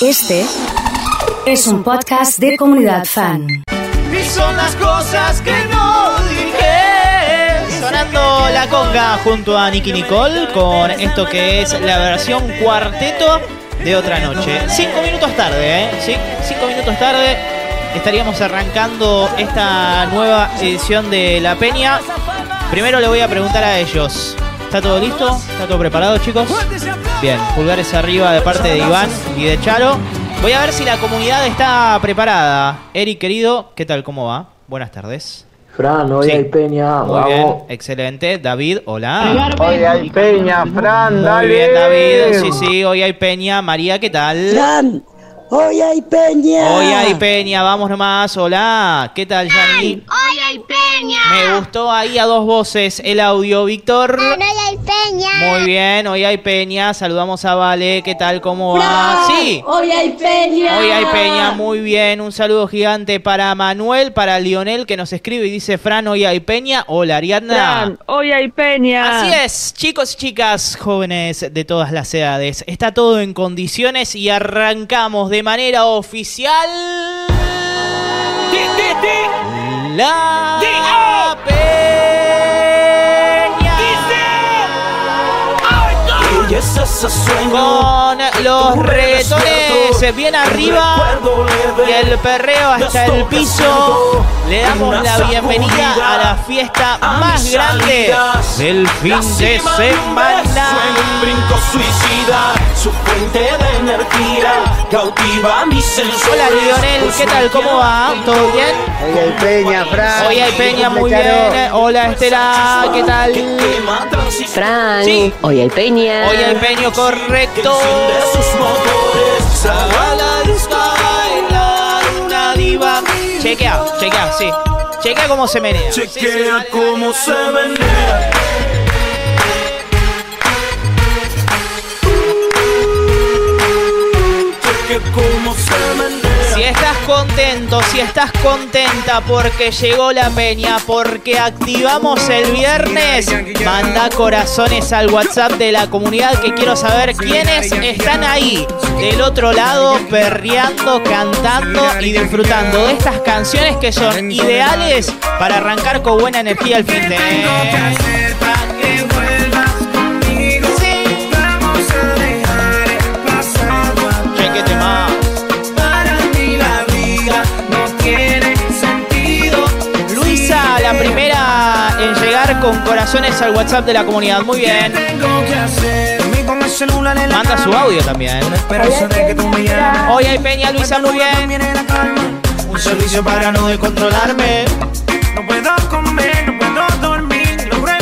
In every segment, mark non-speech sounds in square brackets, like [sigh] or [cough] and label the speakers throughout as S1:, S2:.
S1: Este es un podcast de comunidad fan.
S2: Y son las cosas que no dije. Sonando la conga junto a Nicky Nicole con esto que es la versión cuarteto de otra noche. Cinco minutos tarde, ¿eh? Sí, cinco minutos tarde. Estaríamos arrancando esta nueva edición de La Peña. Primero le voy a preguntar a ellos. ¿Está todo listo? ¿Está todo preparado, chicos? Bien, pulgares arriba de parte de Iván y de Charo. Voy a ver si la comunidad está preparada. Eric, querido, ¿qué tal? ¿Cómo va? Buenas tardes.
S3: Fran, hoy
S2: Sí.
S3: hay peña,
S2: Muy bien,
S3: vamos.
S2: excelente. David, hola.
S3: Hoy hay peña, Fran,
S2: Muy
S3: dale.
S2: bien, David. Sí, sí, hoy hay Peña. María, ¿qué tal?
S4: Fran, hoy hay peña.
S2: Hoy hay Peña, vamos nomás. Hola, ¿qué tal, Yanni?
S5: Hoy hay peña.
S2: Me gustó ahí a dos voces el audio, Víctor.
S5: hoy hay peña.
S2: Muy bien, hoy hay Peña. Saludamos a Vale, ¿qué tal? ¿Cómo va?
S4: Fran,
S2: Sí.
S4: Hoy hay peña.
S2: Hoy hay Peña, muy bien. Un saludo gigante para Manuel, para Lionel que nos escribe y dice Fran, hoy hay Peña. Hola Ariadna.
S6: Fran, hoy hay peña.
S2: Así es, chicos y chicas, jóvenes de todas las edades. Está todo en condiciones y arrancamos de manera oficial. La Peña. con los retones bien arriba y el perreo hasta el piso. Le damos la bienvenida a la fiesta más grande del fin de
S7: un
S2: semana.
S7: brinco suicida, su fuente de energía cautiva mi sensores.
S2: Hola Lionel, ¿qué tal? ¿Cómo va? ¿Todo bien?
S3: Hoy hay peña, Fran.
S2: Hoy hay Peña muy bien. Hola Estela, ¿qué tal?
S8: Fran,
S2: Sí.
S8: hoy hay peña.
S2: Hoy hay Peño correcto. Una diva. Chequea, chequea, sí. Chequea cómo se menea. Sí, sí, dale,
S7: Chequea
S2: dale,
S7: cómo
S2: dale.
S7: se menea. Chequea cómo se menea.
S2: Si estás contento, si estás contenta porque llegó la peña, porque activamos el viernes, manda corazones al WhatsApp de la comunidad que quiero saber quiénes están ahí del otro lado perreando, cantando y disfrutando de estas canciones que son ideales para arrancar con buena energía el fin de Chequete más. Luisa, la primera en llegar con corazones al WhatsApp de la comunidad. Muy bien. Manda su audio también. Hoy hay Peña Luisa, muy bien. Un servicio para no descontrolarme.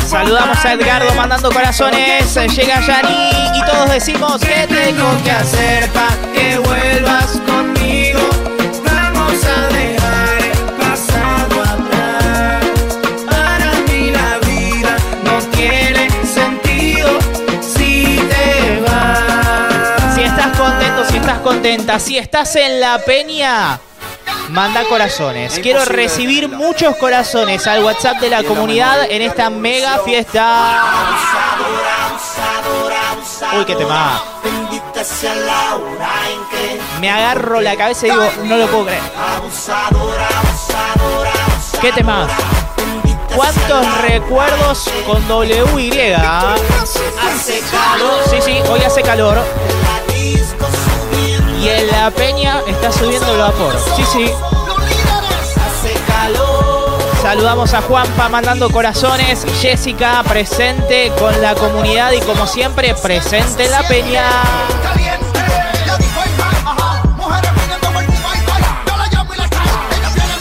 S2: Saludamos a Edgardo mandando corazones. Llega Yani y todos decimos ¿Qué tengo que hacer para que vuelvas conmigo?
S7: Vamos a dejar el pasado atrás. Para mí la vida no tiene sentido si te vas.
S2: Si estás contento, si estás contenta, si estás en la peña, manda corazones. Quiero recibir muchos corazones al WhatsApp de la comunidad en esta mega fiesta. Uy, qué tema.
S7: Bendita sea la hora en que
S2: Me agarro la cabeza y digo, no lo puedo creer.
S7: abusadora, abusadora, abusadora.
S2: ¿Qué tema? ¿Cuántos recuerdos con WY?
S7: Hace calor
S2: Sí, sí, hoy hace calor.
S7: la disco subiendo.
S2: Y en la peña está subiendo el vapor. Sí, sí.
S7: Hace calor.
S2: Saludamos a Juanpa mandando corazones, Jessica presente con la comunidad y como siempre presente en la peña.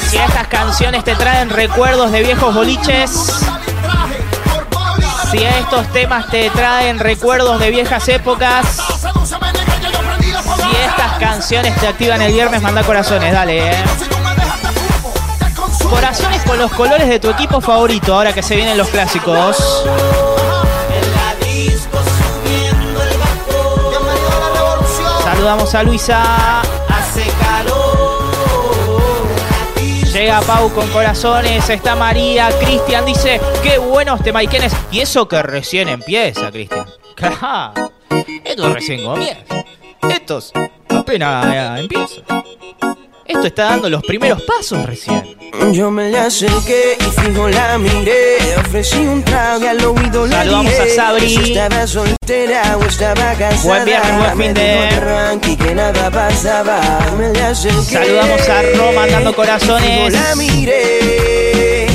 S2: Si estas canciones te traen recuerdos de viejos boliches, si estos temas te traen recuerdos de viejas épocas, si estas canciones te activan el viernes, manda corazones, dale. eh. Corazones con los colores de tu equipo favorito, ahora que se vienen los clásicos.
S7: La disco subiendo el vapor. Bienvenido a la revolución.
S2: Saludamos a Luisa.
S7: Hace calor. La disco
S2: Llega Pau con corazones, está María, Cristian dice, qué buenos temaiquenes. Y eso que recién [laughs] empieza, Cristian. Claro, Esto recién comienza. Estos apenas eh, empieza. Esto está dando los primeros pasos recién.
S7: Yo me la acerqué y fijo la miré. Ofrecí un trago y al oído le
S2: Saludamos a
S7: dije
S2: Sabri.
S7: si estaba soltera o estaba casada.
S2: Buen viernes, buen
S7: Me
S2: fin de-
S7: dijo tranqui que nada pasaba. Me la acerqué,
S2: Saludamos a Ro mandando
S7: fijo
S2: corazones.
S7: la miré.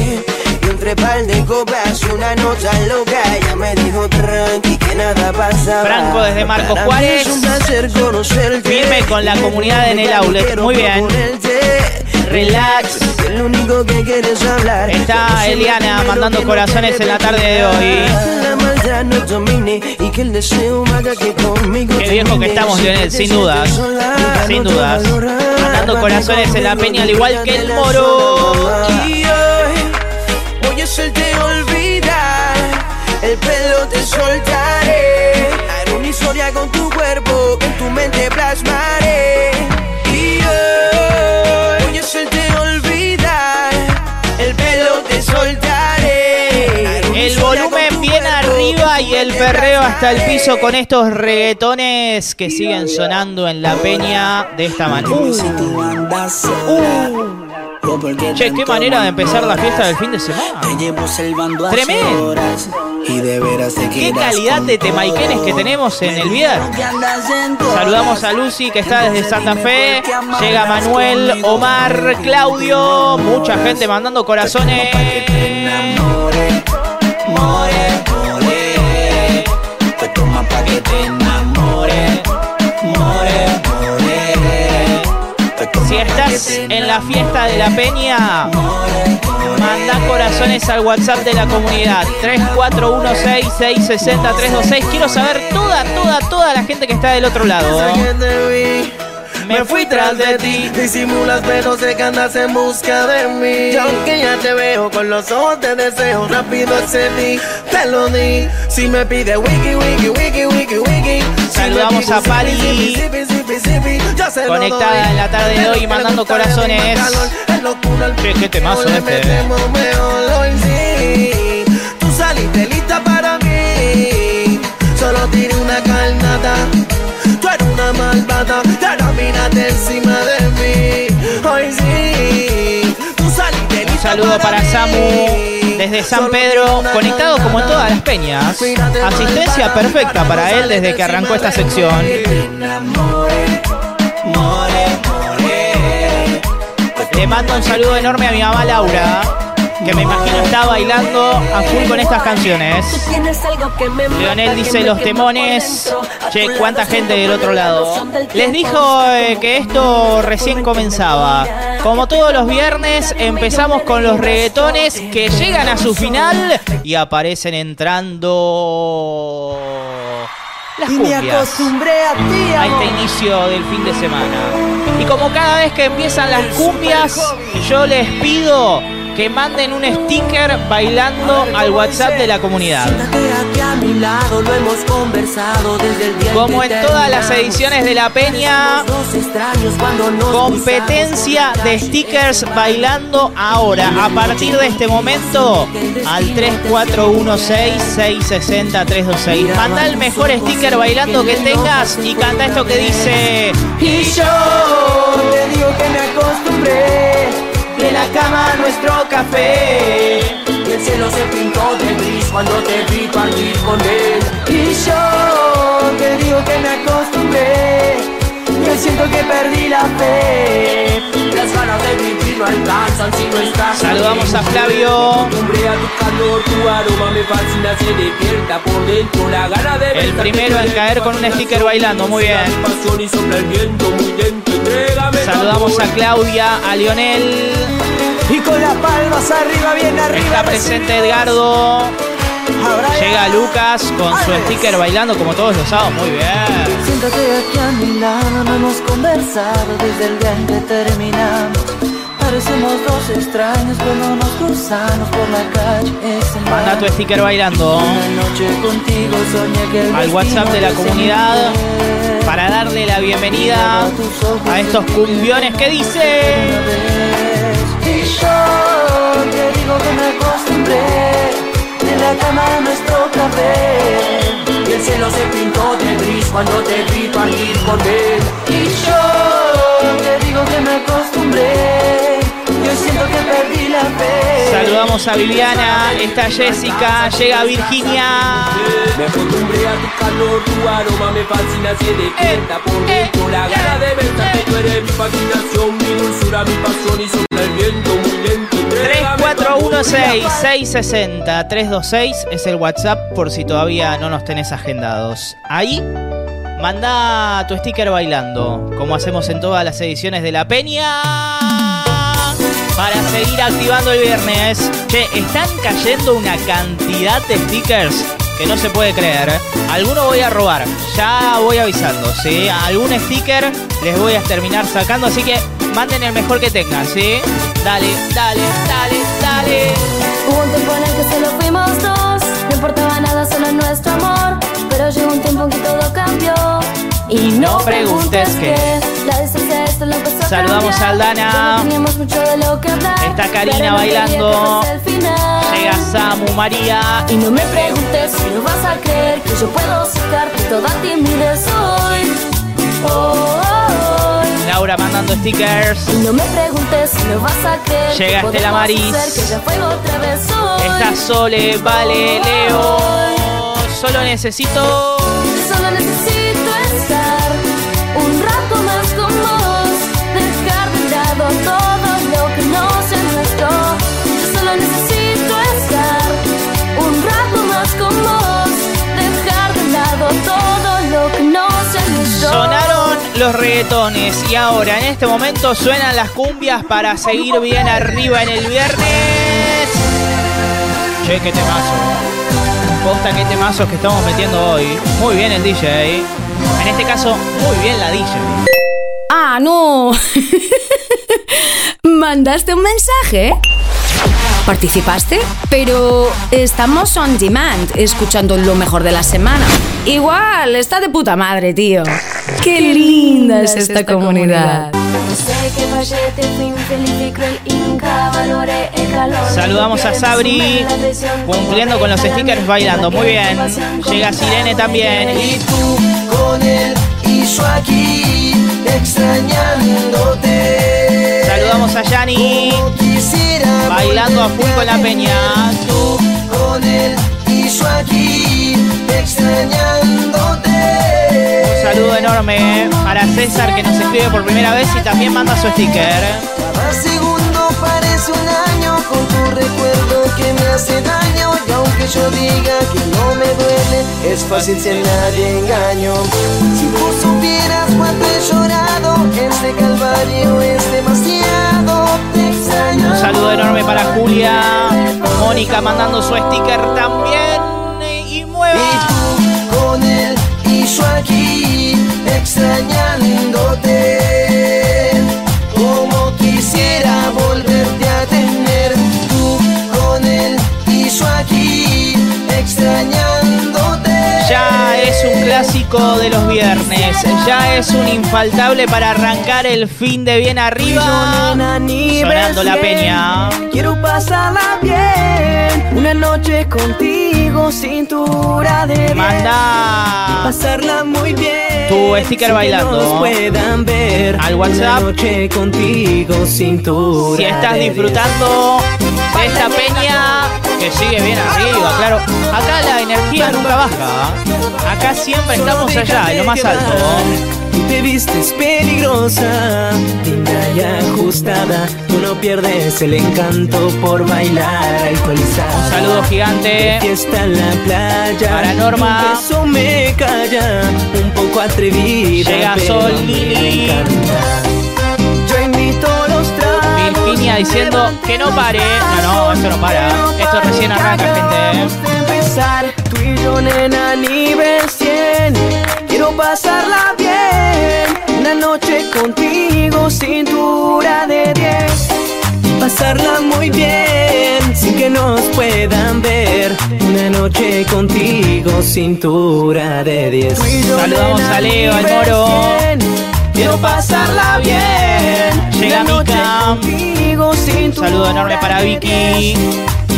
S7: Y entre pal de copas y una nota loca. Ella me dijo tranqui que nada pasaba.
S2: Franco desde Marcos
S7: Para mí
S2: Juárez.
S7: es un placer conocerte.
S2: Firme con la comunidad en el outlet.
S7: Quiero
S2: Muy bien.
S7: proponerte
S2: Relax.
S7: lo único que quieres hablar.
S2: Está Eliana mandando corazones en la tarde de hoy.
S7: La maldad no domine y que el deseo haga que conmigo
S2: Qué viejo que estamos, Lionel, sin dudas. Sin dudas. Mandando corazones en la peña, al igual que el moro.
S7: Y hoy, hoy es el te olvidar. El pelo te soltaré. Haré una historia con tu cuerpo que en tu mente plasmaré. Y hoy, hoy es el te olvidar. El pelo te soltaré. Haré una
S2: El
S7: historia
S2: volumen
S7: con tu
S2: bien
S7: cuerpo
S2: arriba
S7: que eh. en
S2: y
S7: tu
S2: el
S7: mente
S2: perreo hasta el
S7: plasmaré.
S2: piso con estos reggaetones que siguen sonando en la peña de esta manera. Che, qué manera de empezar la fiesta del fin de semana. Tremendo. Qué calidad de temaiquenes que tenemos en el viernes. Saludamos a Lucy que está desde Santa Fe. Llega Manuel, Omar, Claudio. Mucha gente mandando corazones. Si estás en la fiesta de la peña, manda corazones al WhatsApp de la comunidad. 3416-660-326. Quiero saber toda, toda, toda la gente que está del otro lado. ¿eh?
S7: que te vi. Me fui tras de ti, disimulas pero sé que andas en busca de mí. Yo aunque ya te veo con los ojos de deseo, rápido accedí, te lo di. Si me pide wiki, wiki, wiki, wiki, wiki. Si me
S2: Saludamos
S7: pide
S2: a Pali.
S7: zipi, zipi, zipi, zipi, yo se lo
S2: Conectada
S7: doy.
S2: en la tarde de
S7: Pero
S2: hoy
S7: que
S2: mandando
S7: gusta de mí,
S2: corazones.
S7: más calor, es locura el
S2: Che, qué temazo
S7: le
S2: este, eh.
S7: metemos mejor hoy, sí. Tú saliste lista para mí. Solo tiré una carnata. Tú eres una malvada. Y ahora mírate encima de mí. Hoy sí. Tú saliste lista
S2: Un saludo para
S7: mí.
S2: Samu desde San
S7: Solo tiré
S2: Pedro,
S7: una
S2: conectado como en
S7: carnata.
S2: todas las peñas.
S7: Mírate mal
S2: Asistencia
S7: para mí,
S2: perfecta
S7: ahora
S2: para él
S7: sales
S2: desde que
S7: encima
S2: arrancó esta
S7: de mí.
S2: sección. Le mando un saludo enorme a mi mamá Laura, que me imagino está bailando a full con estas canciones. Leonel dice los temones. Che, cuánta gente del otro lado. Les dijo eh, que esto recién comenzaba. Como todos los viernes, empezamos con los reggaetones que llegan a su final y aparecen entrando. Las cumbias. a este inicio del fin de semana. Y como cada vez que empiezan las cumbias, yo les pido que manden un sticker bailando al WhatsApp de la comunidad. Como en todas las ediciones de La Peña, competencia de stickers bailando ahora. A partir de este momento, al 3416-660-326. Manda el mejor sticker bailando que tengas y canta esto que dice...
S7: Y yo te digo que me acostumbré
S2: De la cama a nuestro café.
S7: Y el cielo se pintó de gris cuando te vi partir con él Y yo te digo que me acostumbré Yo siento que perdí la fe Las ganas de vivir no alcanzan si no estás
S2: Saludamos a
S7: aquí.
S2: Flavio.
S7: Acostumbré a tu calor, tu aroma me fascina, se despierta por dentro la gana de
S2: El
S7: besarte,
S2: primero en caer con un sticker bailando, muy bien.
S7: pasión y sopla el viento muy lento, entrégame tu
S2: Saludamos
S7: amor.
S2: a Claudia, a Lionel.
S7: Y con las palmas arriba, bien arriba.
S2: Está presente Edgardo. Llega Lucas con su sticker bailando como todos los sábados, muy bien.
S7: Siéntate aquí a mi lado, no hemos conversado desde el día en que terminamos. Parecemos dos extraños cuando nos cruzamos por la calle. Es el mar.
S2: Manda tu sticker bailando
S7: Una noche contigo soñé que el
S2: al
S7: destino
S2: WhatsApp de la
S7: te
S2: comunidad
S7: señaló.
S2: para darle la bienvenida a estos cumbiones que dice.
S7: Y yo te digo que me acostumbré de la cama a nuestro café. Y el El cielo se pintó de gris cuando te vi partir por él. Y yo te digo que me acostumbré. Yo siento que perdí la fe.
S2: Saludamos a Viviana, está Jessica, llega Virginia.
S7: Me acostumbré a tu calor, tu aroma me fascina, se despierta por dentro La gana de verte, tú eres mi fascinación, mi dulzura, mi pasión y sopla el viento muy lento
S2: 3416-660-326 es el WhatsApp por si todavía no nos tenés agendados. Ahí, manda tu sticker bailando, como hacemos en todas las ediciones de La Peña. Para seguir activando el viernes. Che, están cayendo una cantidad de stickers que no se puede creer. ¿eh? Alguno voy a robar, ya voy avisando, ¿sí? Algún sticker les voy a terminar sacando, así que manden el mejor que tengan, ¿sí? Dale, dale, dale, dale.
S1: Hubo un tiempo en el que solo fuimos dos, no importaba nada, solo nuestro amor. Pero llegó un tiempo en que todo cambió. Y no,
S2: No preguntes qué.
S1: La distancia de esto lo empezó a
S2: Saludamos a
S1: cambiar.
S2: Aldana.
S1: Ya no teníamos mucho de lo que hablar.
S2: Está Karina
S1: pero no quería
S2: bailando.
S1: que fuese el final.
S2: Llega Samu María.
S1: Y no me preguntes si no vas a creer que yo puedo sacarte toda timidez hoy. Hoy.
S2: Laura mandando stickers.
S1: Y no me preguntes si no vas a creer
S2: Llega
S1: que
S2: Estela
S1: podemos
S2: Maris.
S1: hacer que ya fue otra vez hoy.
S2: Está Sole, Vale, Leo. Solo necesito.
S1: Solo necesito estar un rato más con vos, dejar de lado todo lo que no sea nuestro. Yo solo necesito estar un rato más con vos, dejar de lado todo lo que no sea nuestro.
S2: Sonaron los reggaetones y ahora en este momento suenan las cumbias para seguir bien arriba en el viernes. Che, qué temazo. Posta qué temazos que estamos metiendo hoy. Muy bien el DJ. En este caso, muy bien la DJ.
S9: Ah, no. [laughs] ¿Mandaste un mensaje? ¿Participaste? Pero estamos on demand, escuchando lo mejor de la semana. Igual, está de puta madre, tío. Qué linda es esta comunidad.
S1: Yo sé que fallé, te fui infeliz y cruel y nunca valoré el calor.
S2: Saludamos a Sabri, cumpliendo con los stickers bailando. Muy bien. Llega Sirene también.
S7: Y tú con él y yo aquí extrañándote
S2: Saludamos a Yani,
S7: Como quisiera
S2: bailando a full
S7: volverte
S2: con la
S7: ver.
S2: peña.
S7: Tú con él y yo aquí extrañándote
S2: Un saludo enorme eh, para César que nos escribe por primera vez y también manda su sticker. eh.
S7: Cada segundo parece un año con tu recuerdo que me hace daño y aunque yo diga que no me duele es fácil ser nadie engaño. Si tú supieras cuánto he llorado este calvario es demasiado te extraño.
S2: Un saludo enorme para Julia, Mónica mandando su sticker también. eh, Y mueve.
S7: Y tú con él y yo aquí extrañándote. Como quisiera volverte a tener. Tú con él y yo aquí extrañándote.
S2: Ya es un clásico de los viernes, ya es un infaltable para arrancar el fin de bien arriba. Sonando la peña.
S7: Quiero pasarla bien. Una noche contigo, cintura de
S2: Manda
S7: pasarla muy bien.
S2: Tu sticker
S7: sin
S2: bailando.
S7: Que nos puedan ver.
S2: Al WhatsApp.
S7: Una noche contigo, cintura.
S2: si estás
S7: de diez.
S2: disfrutando de esta peña que sigue bien arriba, claro. Acá la energía nunca baja. Acá siempre
S7: Solo
S2: estamos allá,
S7: déjate
S2: en lo más alto.
S7: llevar. Y te vistes peligrosa, linda y ajustada. Tú no pierdes el encanto por bailar alcoholizada.
S2: Un saludo
S7: De
S2: gigante.
S7: Fiesta en la playa.
S2: Para Norma.
S7: Un beso me calla. Un poco atrevida.
S2: Llega
S7: pero
S2: Sol
S7: me
S2: Lili.
S7: encanta. Yo invito los tragos.
S2: Virginia diciendo
S7: levantemos
S2: que no pare. No, no, esto no para.
S7: pero
S2: Esto recién
S7: para
S2: arranca,
S7: que
S2: gente.
S7: acabamos de empezar. Tú y yo, nena, nivel 100. Quiero pasarla bien. Una noche contigo, cintura de 10 pasarla muy bien sin que nos puedan ver. Una noche contigo, cintura de 10.
S2: Saludamos a Leo, al Moro.
S7: Quiero pasarla bien.
S2: Llega
S7: Una noche
S2: Mica.
S7: contigo,
S2: Un saludo enorme para Vicky.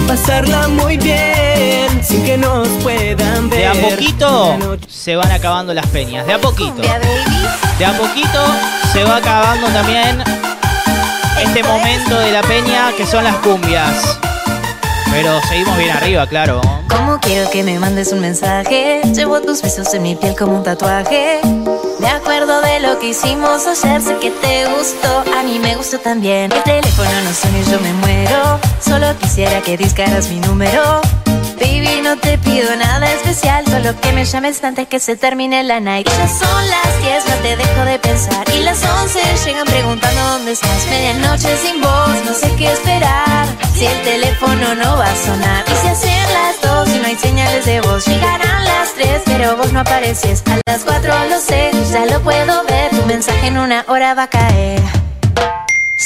S7: pasarla muy bien sin que nos puedan ver.
S2: De a poquito se van acabando las peñas. De a poquito. De a poquito se va acabando también este momento de la peña que son las cumbias. Pero seguimos bien arriba, claro.
S9: Como quiero que me mandes un mensaje. Llevo tus besos en mi piel como un tatuaje. Me acuerdo de lo que hicimos ayer, sé que te gustó, a mí me gustó también. El teléfono no suena y yo me muero. Solo quisiera que discaras mi número. Baby, no te pido nada especial, solo que me llames antes que se termine la night. Y ya son las 10, no te dejo de pensar. Y las 11 llegan preguntando dónde estás. Medianoche sin voz, no sé qué esperar. Si el teléfono no va a sonar. Y si hacen las 2 y no hay señales de voz, llegarán las 3, pero vos no apareces. A las 4 lo sé, ya lo puedo ver. Tu mensaje en una hora va a caer.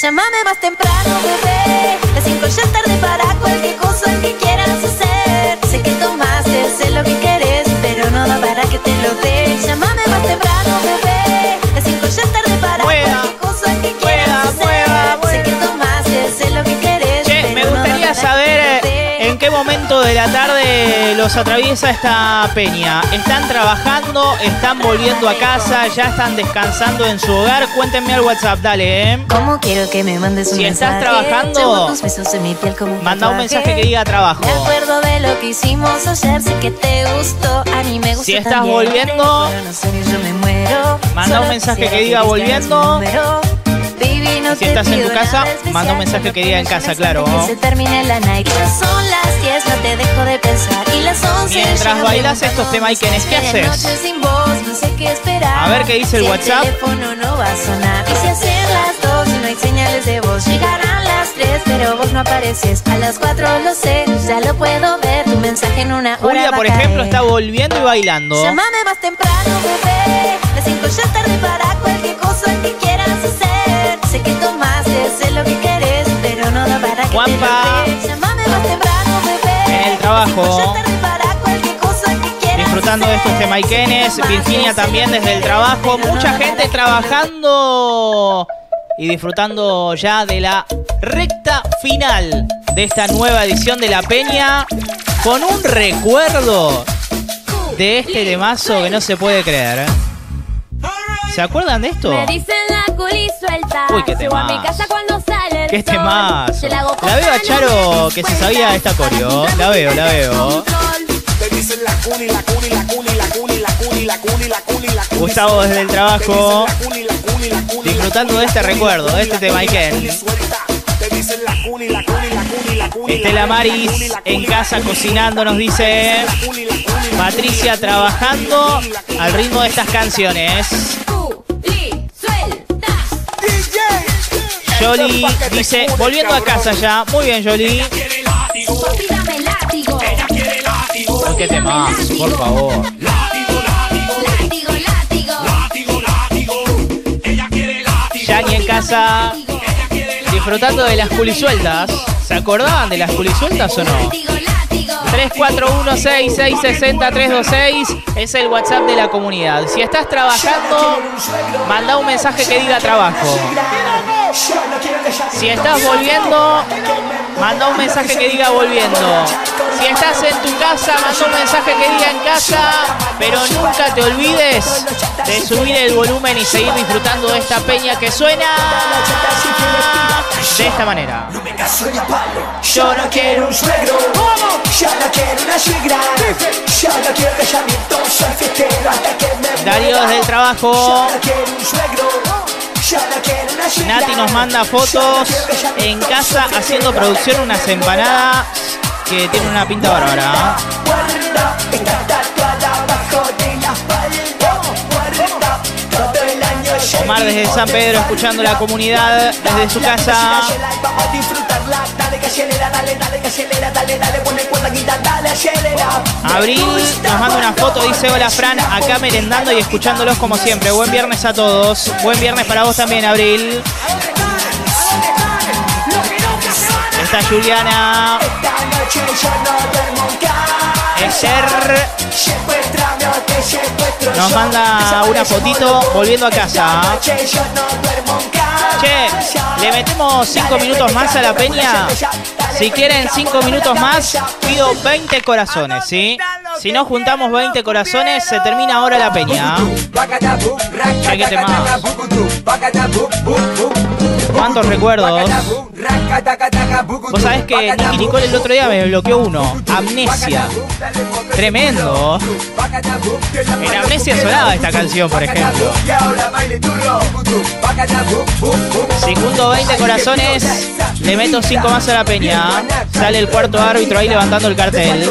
S9: Llámame más temprano, bebé. Las cinco ya es tarde para cualquier cosa que quieras hacer. Sé que tomaste, sé lo que querés, pero no da para que te lo dé. Llámame más temprano, bebé. Las cinco ya es tarde para
S2: Mueva,
S9: cualquier cosa que quieras
S2: mueva,
S9: hacer.
S2: mueva,
S9: Sé que tomaste, sé lo que querés,
S2: Che,
S9: pero
S2: me
S9: no da
S2: gustaría
S9: para que
S2: saber
S9: te lo dé.
S2: eh, en qué momento de la tarde los atraviesa esta peña. ¿Están trabajando? ¿Están volviendo a casa? ¿Ya están descansando en su hogar? Cuéntenme al WhatsApp, dale, ¿eh?
S9: ¿Cómo quiero que me mandes un
S2: Si estás
S9: mensaje?
S2: trabajando,
S9: Llevo tus besos en mi piel como
S2: Manda un
S9: tatuaje.
S2: mensaje que diga trabajo.
S9: Me acuerdo de lo que hicimos ayer, sé que te gustó, a mí me gustó
S2: Si estás
S9: también.
S2: volviendo,
S9: Pero no sé ni yo me muero.
S2: manda un
S9: Solo
S2: mensaje
S9: quisiera
S2: que diga
S9: buscaras
S2: volviendo.
S9: mi número. Baby, no
S2: Y si
S9: te
S2: estás en
S9: pido
S2: tu casa,
S9: nada especial,
S2: manda un mensaje que diga en
S9: solo
S2: casa,
S9: me llames
S2: claro.
S9: antes Que se termine la night. Ya son las 10, no te dejo de pensar. Y las 11
S2: Mientras
S9: llegan
S2: bailas
S9: preguntando
S2: estos temas,
S9: dónde
S2: ¿qué
S9: estás.
S2: haces?
S9: Medianoche sin voz, no sé qué esperar.
S2: A ver qué dice el
S9: Si
S2: WhatsApp.
S9: teléfono no va a sonar. Y si hacen las dos y no hay señales de voz, llegarán las tres, pero vos no apareces. A las cuatro lo sé, ya lo puedo ver. Tu mensaje en una hora.
S2: Julia,
S9: va a
S2: por ejemplo,
S9: caer.
S2: está volviendo y bailando.
S9: Llámame más temprano, bebé. Las cinco ya es tarde para cualquier cosa que quieras hacer. Sé que tomaste, sé lo que querés, pero no da para que
S2: Juanpa.
S9: te lo dé. Llámame más temprano, bebé.
S2: En el trabajo.
S9: Las cinco ya es tarde para cualquier cosa que quieras
S2: Disfrutando de
S9: hacer.
S2: estos
S9: Sé
S2: temaiquenes,
S9: que tomaste,
S2: Virginia
S9: sé
S2: también
S9: lo que
S2: desde el
S9: querés,
S2: trabajo,
S9: pero no
S2: mucha
S9: da para
S2: gente
S9: que te lo dé.
S2: trabajando y disfrutando ya de la recta final de esta nueva edición de La Peña con un recuerdo de este temazo que no se puede creer. ¿Se acuerdan de esto?
S9: Me dicen la culi suelta.
S2: Uy, qué
S9: Llego a mi
S2: temazo.
S9: casa cuando sale el
S2: Qué
S9: sol.
S2: temazo.
S9: Yo la hago con
S2: La veo a Charo,
S9: manos
S2: que se sabía esta coreo. La veo, la veo. Gustavo desde el trabajo disfrutando de este recuerdo, de este tema Iken. Estela Maris en casa cocinando nos dice Patricia trabajando al ritmo de estas canciones.
S9: Culi suelta.
S2: Jolie dice volviendo a casa ya. Muy bien Jolie.
S9: Papi, dame látigo.
S2: Uy, qué temazo, por favor.
S9: Látigo, látigo.
S2: Yani en casa disfrutando de las culisueltas. ¿Se acordaban de las culisueltas o no?
S9: Látigo, látigo.
S2: 3416660326 es el WhatsApp de la comunidad. Si estás trabajando, manda un mensaje que diga trabajo. Si estás volviendo, manda un mensaje que diga volviendo. Si estás en tu casa, manda un mensaje que diga en casa, pero nunca te olvides de subir el volumen y seguir disfrutando de esta peña que suena de esta manera.
S7: Yo no quiero un suegro, yo no quiero una suegra, yo no quiero casamiento, soy fiestero hasta que me muera.
S2: Darío desde el trabajo.
S7: Yo no quiero un suegro, yo no quiero una suegra.
S2: Nati nos manda fotos en casa haciendo producción unas empanadas que tienen una pinta bárbara. ¿eh?
S7: Guarda, está tatuada abajo de la espalda. Guarda, todo el año yo
S2: Omar desde
S7: vivo
S2: San
S7: de
S2: Pedro escuchando la comunidad desde su casa.
S7: Vamos a disfrutarla, dale que acelera, dale, dale que acelera, dale, dale, ponle cuerda, guita, dale, acelera.
S2: Abril nos manda una foto, dice hola Fran, acá merendando y escuchándolos como siempre. Buen viernes a todos. Buen viernes para vos también, Abril. Está Juliana,
S7: Esta noche yo no duermo en casa.
S2: Esther.
S7: Secuéstrame o te secuestro
S2: Nos
S7: yo.
S2: manda una fotito volviendo a casa. ¿ah?
S7: Esta noche yo no duermo en casa.
S2: Che, le metemos 5 minutos más a la peña. Si quieren 5 minutos más, pido 20 corazones, ¿sí? Si no juntamos 20 corazones, se termina ahora la peña. Ay, qué temazo. ¿Cuántos recuerdos? Vos sabés que Nicky Nicole el otro día me bloqueó uno. Amnesia. Tremendo. En Amnesia sonaba esta canción, por ejemplo. Si junto 20 corazones, le meto 5 más a la peña. Sale el cuarto árbitro ahí levantando el cartel.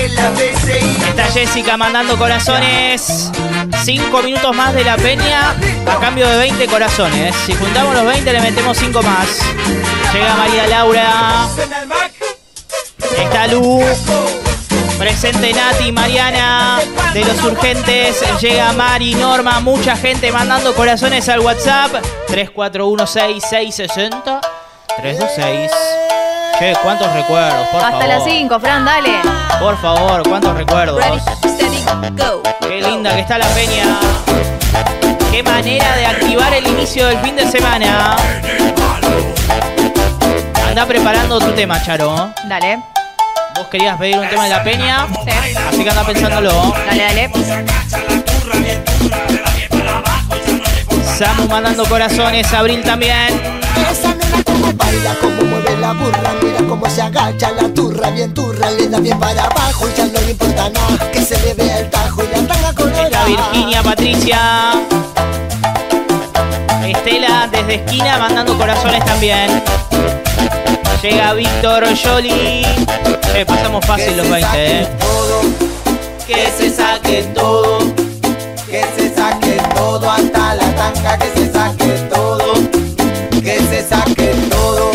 S2: Está Jessica mandando corazones. 5 minutos más de la peña a cambio de 20 corazones. Si juntamos los 20 le metemos 5 más. Llega María Laura. Está Lu. Presente Nati, Mariana, de los urgentes, llega Mari, Norma, mucha gente mandando corazones al WhatsApp. 34166660 326. Che, cuántos recuerdos, por favor.
S10: Hasta las 5, Fran, dale.
S2: Por favor, cuántos recuerdos.
S10: Ready, steady, go.
S2: Qué linda que está la peña. Qué manera de activar el inicio del fin de semana. Anda preparando tu tema, Charo.
S10: Dale,
S2: Vos querías pedir un tema de la peña,
S10: sí.
S2: así que anda pensándolo.
S10: Dale, dale.
S2: Samu mandando corazones, Abril también.
S11: Esa nena como baila, como mueve la burra, mira cómo se agacha la turra, bien turra, le da bien para abajo y ya no le importa nada, que se le vea el tajo y la tanga
S2: Está
S11: colorada.
S2: Virginia, Patricia. Estela desde esquina mandando corazones también. Llega Víctor Jolly. Che, pasamos fácil los eh. 20, eh. Que se saque todo.
S7: Que se saque todo hasta la tanca, que se saque todo, que se saque todo,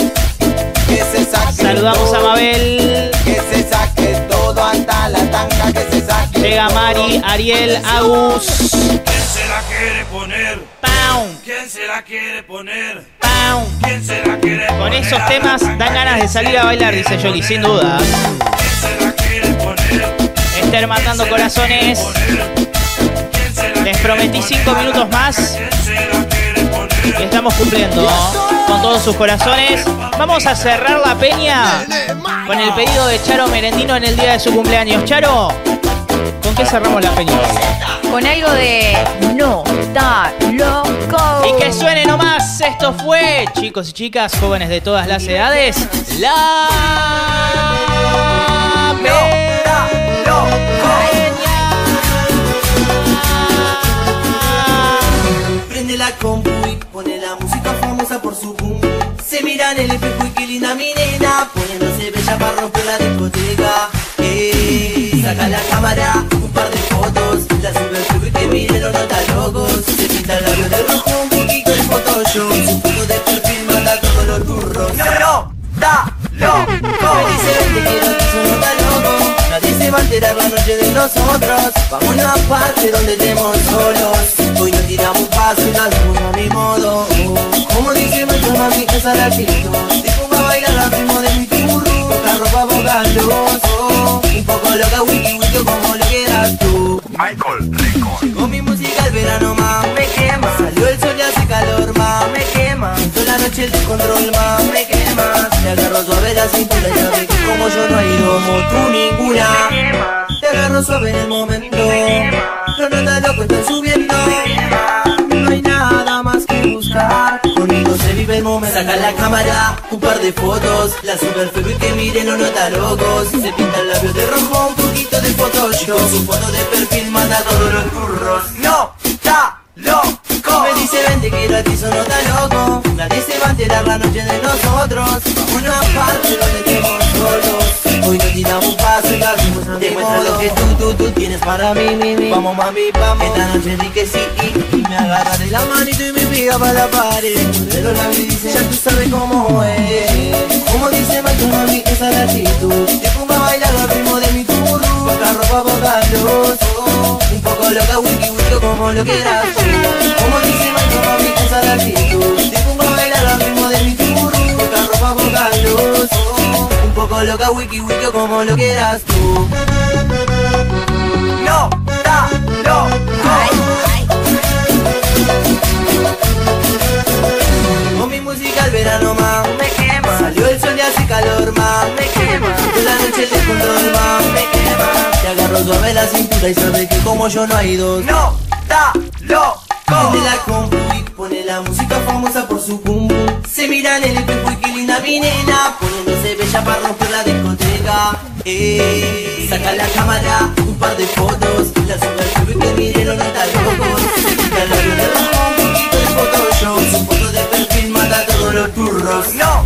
S7: que se saque
S2: Saludamos a Mabel.
S7: que se saque todo hasta la tanca, que se saque
S2: Llega Mari, Ariel, Agus.
S12: ¿Quién se la quiere poner?
S2: ¡Pam!
S12: ¿Quién se la quiere poner?
S2: ¡Pam!
S12: ¿Quién se la quiere poner?
S2: Con esos temas dan ganas de salir a bailar, dice Jolly, sin duda.
S12: ¿Quién se la quiere poner?
S2: Esther mandando corazones.
S12: ¿Quién se la
S2: Les prometí 5 minutos más
S12: ¿Quién se la quiere poner?
S2: y estamos cumpliendo con todos sus corazones. Vamos a cerrar la peña con el pedido de Charo Merendino en el día de su cumpleaños. Charo, ¿con qué cerramos la peña?
S10: Con algo de no está loco.
S2: Y que suene nomás, esto fue, chicos y chicas, jóvenes de todas las edades, la
S7: Prende la compu y pone la música famosa por su boom. Se mira en el espejo y qué linda mi nena, poniéndose bella para romper la discoteca. Ey, saca la cámara, un par de fotos, la sube al sube que miren los nota locos. Se pinta el labio de rojo, un poquito de photoshop, su foto de perfil manda todos los turros. No, no, da, loco. Me dice vente que no te suena tan loco, nadie se va a enterar la noche de nosotros. Vamos a una parte donde estemos solos, hoy nos tiramos un paso y la hacemos a mi modo. Como dice mi mamá, mi casa la quito, dispongo a bailar al ritmo de mi turro, la ropa boca loco, un poco loca wiki wiki como lo quieras tú.
S12: Michael Rico.
S7: Con mi música el verano más me quema Salió el sol y hace calor más me quema Toda la noche el descontrol más me quema Te agarro suave la cintura ya ves que como yo no hay como tú ninguna Te agarro suave en el momento Los notas locos están subiendo No hay nada más que buscar Conmigo se vive el momento Saca la cámara, un par de fotos La super y que miren los notas locos Se pintan labios de rojo, un poquito de photoshop Su foto de perfil manda todos los curros No, está loco Me dice vente te quiero a ti, solo tan loco. Nadie se va a enterar la noche de nosotros. Vamos a una parte donde estemos solos. Hoy nos tiramos un paso y la vimos Demuestra lo que tú, tú, tú tienes para mí, mi, mi. Vamos, mami, vamos. Esta noche di que sí y, y me agarra de la manito y me pega para la pared. Pero la vida dice, ya tú sabes cómo es. Como dice Macho, mami, esa es la actitud. Te pongo a bailar al ritmo de mi turro. Boca ropa, boca luz. Un poco loca, wiki, wiki, como lo quieras. Como dice Macho, mami, esa es la actitud. Te pongo a bailar al ritmo de mi turro. Boca ropa, boca luz. Un poco loca, wiki, wiki, como lo quieras tú. No, da, no, Con mi música el verano más me quema. Salió el sol y hace calor más me quema. Yo la noche te control más me quema. Te agarro suave la cintura y sabes que como yo no hay dos. No, da, loco. Prende la compu y pone la música famosa por su boom boom. Se miran en el espejo y qué linda mi nena. Poniéndose bella para romper la discoteca. Ey, saca la cámara, un par de fotos. La sube al club y que miren los [laughs] locos. Se quita la vida, un poquito de Photoshop. Su foto de perfil mata todos los turros. No,